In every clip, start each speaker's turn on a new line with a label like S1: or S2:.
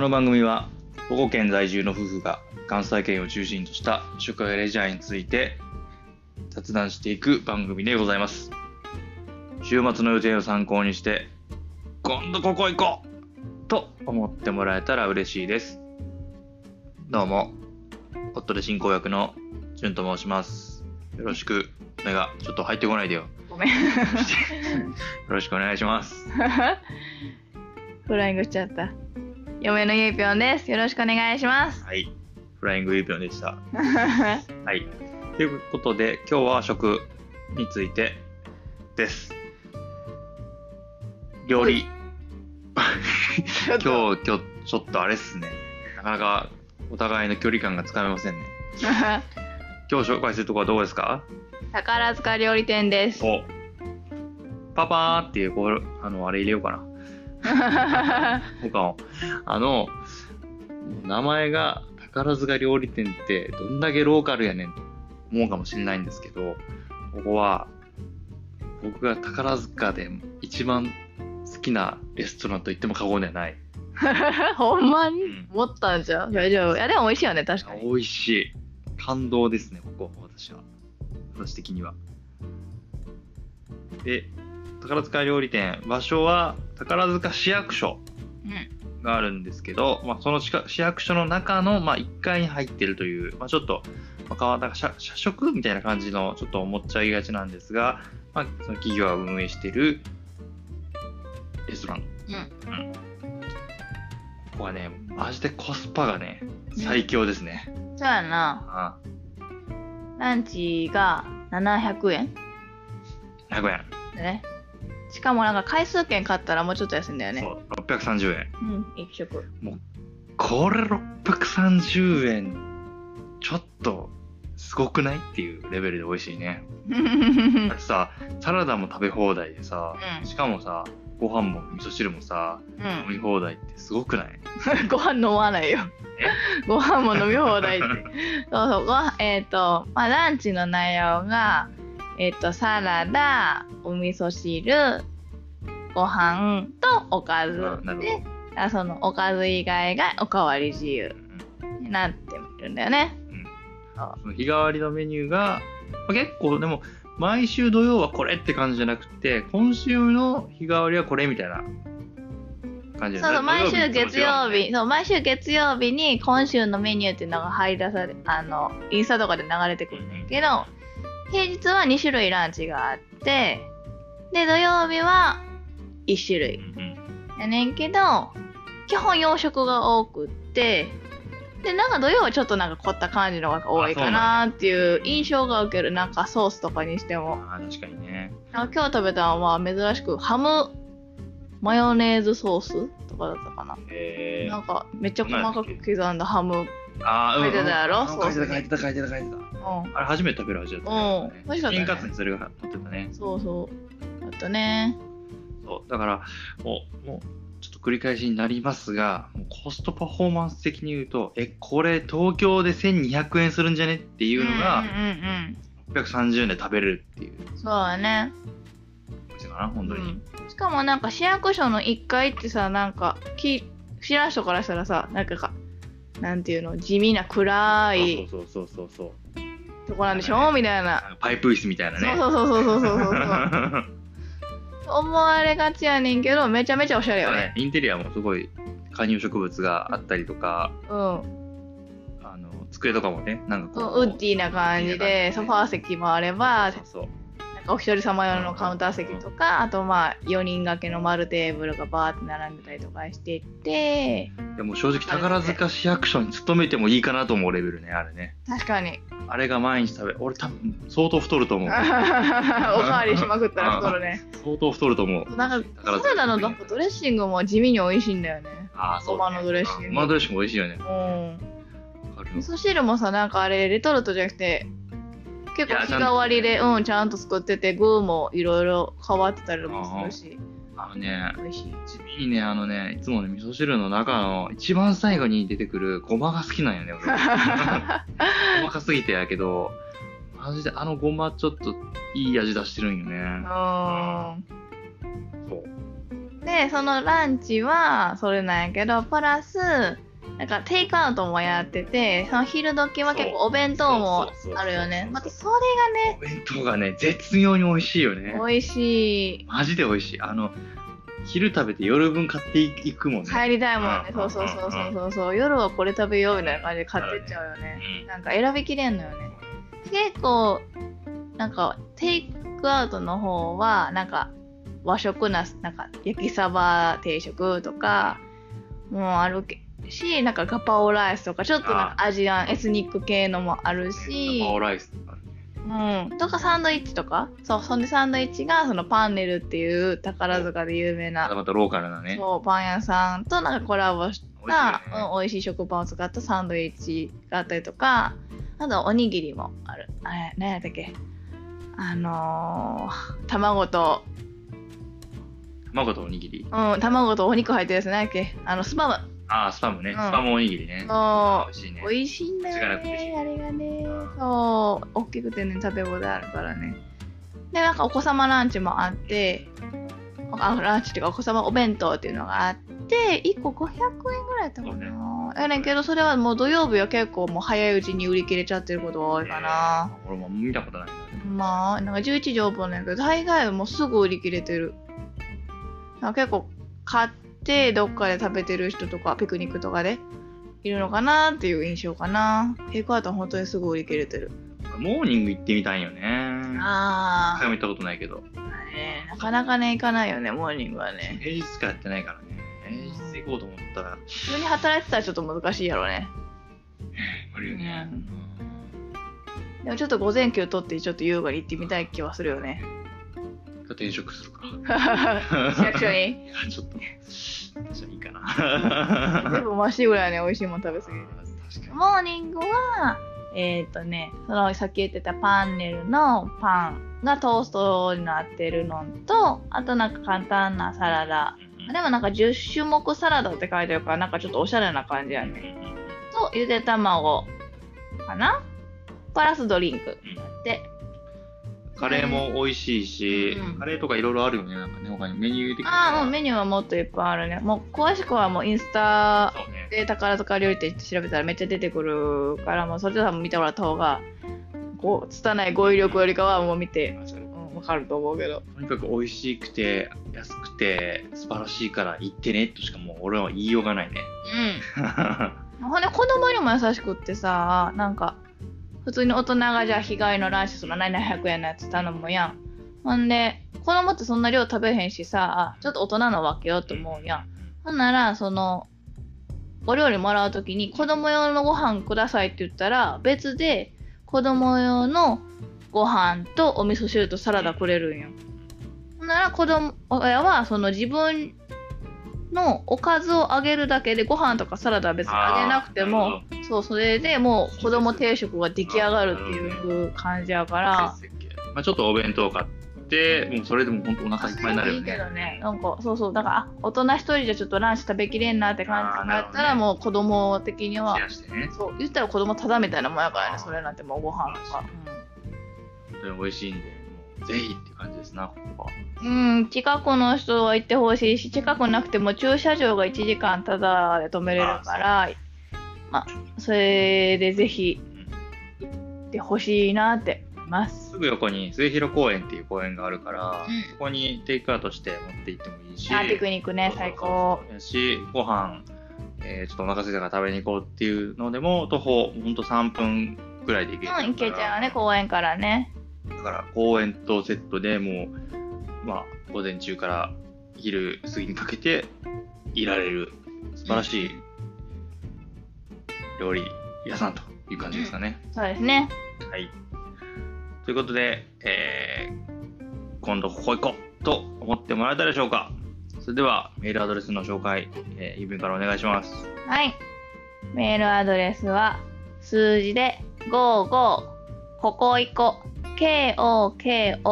S1: の番組は保護県在住の夫婦が関西圏を中心とした社会やレジャーについて雑談していく番組でございます週末の予定を参考にして今度ここ行こうと思ってもらえたら嬉しいですどうも夫で進行役のじゅんと申しますよろしくお願いちょっと入ってこないでよよ
S2: ごめん。
S1: ろしくお願いします
S2: フライングしちゃった。嫁のゆいぴょんです。よろしくお願いし ます。
S1: はいフライングイーピョンでしたはい。ということで、今日は食についてです。料理。
S2: 今
S1: 今日、今日、ちょっとあれっすね。なかなかお互いの距離感がつかめませんね。今日紹介するとこはどこですか
S2: 宝塚料理店です。
S1: おパパーっていう、こう、あの、あれ入れようかな。他をあの、名前が宝塚料理店ってどんだけローカルやねんと思うかもしれないんですけど、ここは僕が宝塚で一番好きなレストランと言っても過言ではない。
S2: ほんま
S1: う
S2: に
S1: ん
S2: 持ったんじゃん。大丈夫。いや、でも美味しいよね、確かに。
S1: 美味しい。感動ですね、ここ、私は。私的には。で、宝塚料理店、場所は宝塚市役所。
S2: うん。
S1: があるんですけど、まあ、その近市役所の中の、まあ、1階に入ってるという、まあ、ちょっと、まあ、変わった社社食みたいな感じのちょっと思っちゃいがちなんですが、まあ、その企業が運営しているレストラン、うんここはねマジでコスパがね最強ですね、
S2: そうやな。
S1: あ
S2: ランチが700円
S1: あ100円、
S2: だね。しかもなんか回数券買ったらもうちょっと安いんだよね。
S1: そう630円
S2: うん、一 食。
S1: これ630円ちょっとすごくないっていうレベルで美味しいね
S2: うん
S1: だっ。てさサラダも食べ放題でさ、
S2: うん
S1: しかもさご飯も味噌汁もさ飲み放題ってすごくない
S2: ご飯飲まないよ。ご飯も飲み放題って。そうそう、ご飯えっ、と、まあ、ランチの内容が、えっ、と、サラダ、お味噌汁、ご飯とおかず
S1: あ なるほど
S2: で、あそのおかず以外がおかわり自由
S1: うん
S2: になってるんだよね。
S1: その日替わりのメニューが、まあ、結構でも毎週土曜はこれって感じじゃなくて今週の日替わりはこれみたいな感じ
S2: そうそう、毎週月曜日、そう、毎週月曜日に今週のメニューっていうのが入らされ、あの、インスタとかで流れてくるけど平日は2種類ランチがあってで土曜日は1種類やねんけど基本洋食が多くってでなんか土曜はちょっとなんか凝った感じのが多いかなっていう印象が受けるなんかソースとかにしても
S1: ああー確かにね
S2: なんか今日食べたのは珍しくハムマヨネーズソースとかだったかな
S1: え
S2: な
S1: ー
S2: んかめっちゃ細かく刻んだハムうん
S1: あーうん
S2: 書いてたやろ
S1: うん書いてた書いてた書いてた書いてたあれ初めて食べる味だったね
S2: うん美味しかった
S1: チ
S2: ね
S1: キンカツにそれが乗ってたね
S2: そうそうだったね
S1: そうだからもうもうちょっと繰り返しになりますがもうコストパフォーマンス的に言うとえこれ東京で1200円するんじゃねっていうの
S2: うんうん
S1: が
S2: うんうん
S1: 630円で食べれるっていう
S2: そうだね、
S1: お店かな本当に、
S2: うんしかもなんか市役所の1階ってさなんかき知らん人からしたらさなんかかなんていうの地味な暗い
S1: そうそうそうそうそう
S2: とこなんでし
S1: は
S2: ょみたいな、
S1: なんかパイプ椅子みたいなね
S2: そうそうそうそうそうそうそう
S1: そ
S2: 思われがちやねんけどめちゃめちゃおしゃれよ
S1: う
S2: ね
S1: ねインテリアもすごい観葉植物があったりとか
S2: うん
S1: あの机とかもねなんか
S2: う
S1: こ
S2: ん
S1: う
S2: ウッディな感じでソファー席もあれば
S1: そうそう
S2: なんかお一人様用のカウンター席とかあとまあ4人掛けの丸テーブルがバーって並んでたりとかしてて
S1: そうでも正直宝塚市役所に勤めてもいいかなと思うレベルねあれね
S2: 確 かに
S1: あれが毎日食べ俺多分相当太ると思
S2: お
S1: う
S2: かわりしまくったら太るね
S1: 相当太ると思う
S2: なんかサラダのなんかドレッシングも地味に美味しいんだよね。
S1: あーそう、
S2: ごまのドレッシング
S1: ごまのドレッシング美味しいよね
S2: うん。
S1: わかるよ
S2: 味噌汁もさなんかあれレトルトじゃなくて結
S1: いや
S2: 構日
S1: ちゃんと
S2: 替わりでうんちゃんと作ってて具もいろいろ変わってたりもするし
S1: あのね
S2: 美味しい。
S1: 地味にねあのねいつもね味噌汁の中の一番最後に出てくるごまが好きなんよ ね俺細かすぎてやけどマジであのごまちょっといい味出してるんよ
S2: う
S1: ね
S2: ん。
S1: そう
S2: でそのランチはそれなんやけどプラスなんかテイクアウトもやっててその昼時は結構お弁当も
S1: そうそうそうそう
S2: あるよねまたそ
S1: お弁当がね絶妙に美味しいよ
S2: れ
S1: ね
S2: がね美味しい
S1: マジで美味しいあの昼食べて夜分買っていくもんね、
S2: 帰りたいもんね
S1: うん
S2: そうそうそうそうそうそう夜はこれ食べようみたいな感じで買ってっちゃうよ
S1: う
S2: ね
S1: ん
S2: なんか選びきれんのよね結構なんかテイクアウトの方はなんか和食ななんか焼きサバ定食とかもうあるけしなんかガパオライスとかちょっとなんかアジアンエスニック系のもあるし
S1: ガパオライスとかね
S2: うん、とかサンドイッチとかそうそんでサンドイッチがそのパンネルっていう宝塚で有名
S1: また
S2: な、
S1: またローカルなね
S2: そうパン屋さんとなんかコラボし
S1: 美味しいよね
S2: たうん、美味しい食パンを使ったサンドイッチがあったりとかあとおにぎりもあるあれ何やったっけあのー、卵と、
S1: 卵とおにぎり
S2: うん、卵とお肉入ってるやつ何やっけあのスパム
S1: ああスパムね、
S2: うん
S1: スパムおにぎりね
S2: の
S1: 美味しいね
S2: 美味しいんだ
S1: 口が
S2: よ
S1: 楽でし
S2: ね
S1: ょ
S2: あれがねそう大きくてね食べ応えあるからねでなんかお子様ランチもあってあランチっていうかお子様お弁当っていうのがあって1個500円ぐらいだったか
S1: そうね
S2: なやねんけどそれはもう土曜日は結構もう早いうちに売り切れちゃってることが多いかな、
S1: えー俺も見たことないな
S2: まあなんか11時オープンなんやけど大概もうすぐ売り切れてるなんか結構買ってどっかで食べてる人とかピクニックとかでいるのかなっていう印象かなテイクアウトは本当にすぐ売り切れてる
S1: モーニング行ってみたいよね一
S2: あ
S1: 回も行ったことないけど
S2: あ、ね、なかなかね行かないよねモーニングはね
S1: 平日しかやってないからね平日行こうと思ったら
S2: 普通に働いてたらちょっと難しいやろね
S1: 無理よね
S2: うんでもちょっと午前休取ってちょっと優雅に行ってみたい気はするよね
S1: うん転職するか
S2: 市役所に
S1: ちょっとじゃあいいか
S2: 全
S1: な
S2: 部まっしぐらいね美味しいもの食べ過ぎて
S1: 確かに
S2: モーニングは、えっ、とね、そのさっき言ってたパンネルのパンがトーストになってるのと、あとなんか簡単なサラダ。でもなんか10種目サラダって書いてあるから、なんかちょっとおしゃれな感じやね。と、ゆで卵かなプラスドリンクで。
S1: カレーも美味しいし、
S2: うん
S1: カレーとかいろいろあるよねなんかね他にメニュー的に
S2: ああ、もうメニューはもっといっぱいあるね。もう詳しくはもうインスタ
S1: そうね
S2: で宝塚料理店調べたらめっちゃ出てくるからもうそれで多分見てもらった方がこう拙い語彙力よりかはもう見て、うん、わかると思うけど
S1: とにかく美味しくて安くて素晴らしいから行ってねとしかもう俺は言いようがないね
S2: うんほんで子供にも優しくってさなんか普通に大人がじゃあ日帰りのランチその700円のやつ頼むやんほんで子供ってそんな量食べへんしさちょっと大人なわけよと思うやんほんならそのお料理もらう時に子供用のご飯くださいって言ったら別で子供用のご飯とお味噌汁とサラダくれるんよほんなら子供親はその自分のおかずをあげるだけでご飯とかサラダは別にあげなくても
S1: あーなる
S2: そうそれでもう子供定食が出来上がるっていう感じやから
S1: ほど節々系まあ、ちょっとお弁当買ってもうそれでも本当お腹いっぱいになるよね
S2: いいけどねなんかそうそうだからあ大人一人じゃちょっとランチ食べきれんなって感
S1: あ
S2: じだったら
S1: ーなるほどね
S2: もう子供的には
S1: シェアしてね
S2: そう言ったら子供ただみたいなもんやからねそれなんてもうご飯とか
S1: 本当に美味しいんでもうぜひって感じですなここは
S2: うん、うん近くの人は行ってほしいし近くなくても駐車場が1時間ただで止めれるからまあそれでぜひ行ってほしいなって思います
S1: すぐ横に末広公園っていう公園があるから、
S2: うん
S1: そこにテイクアウトして持って行ってもいいし
S2: あピクニックね最
S1: そう
S2: 高
S1: そうそうやしご飯、えーちょっとお腹空いたから食べに行こうっていうのでも徒歩ほんと3分ぐらいで行け
S2: う
S1: ちゃうから
S2: ん行けちゃうね公園からね
S1: だから公園とセットでもうまあ午前中から昼過ぎにかけていられる素晴らしい料理屋さんという感じですかね、
S2: そうですね
S1: はいということで、えー今度ここ行こうと思ってもらえたでしょうかそれではメールアドレスの紹介、えー、ゆうべんからお願いします
S2: はい。メールアドレスは、数字で55、ここいこ、k-o-k-o-i-k-o、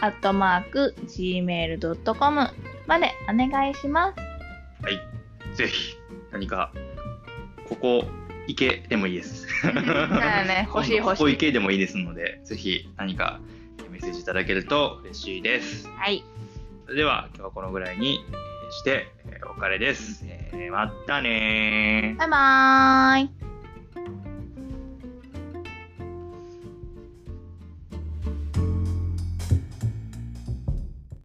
S2: アットマーク、gmail.com までお願いします。
S1: はいぜひ何かここ行けでもいいです
S2: だよ ね欲しい欲しい
S1: ここ行けでもいいですので、ぜひ何かメッセージいただけると嬉しいです。
S2: はい。
S1: それそれでは今日はこのぐらいにしてえーお別れです。えーまたねー。
S2: バイバーイ。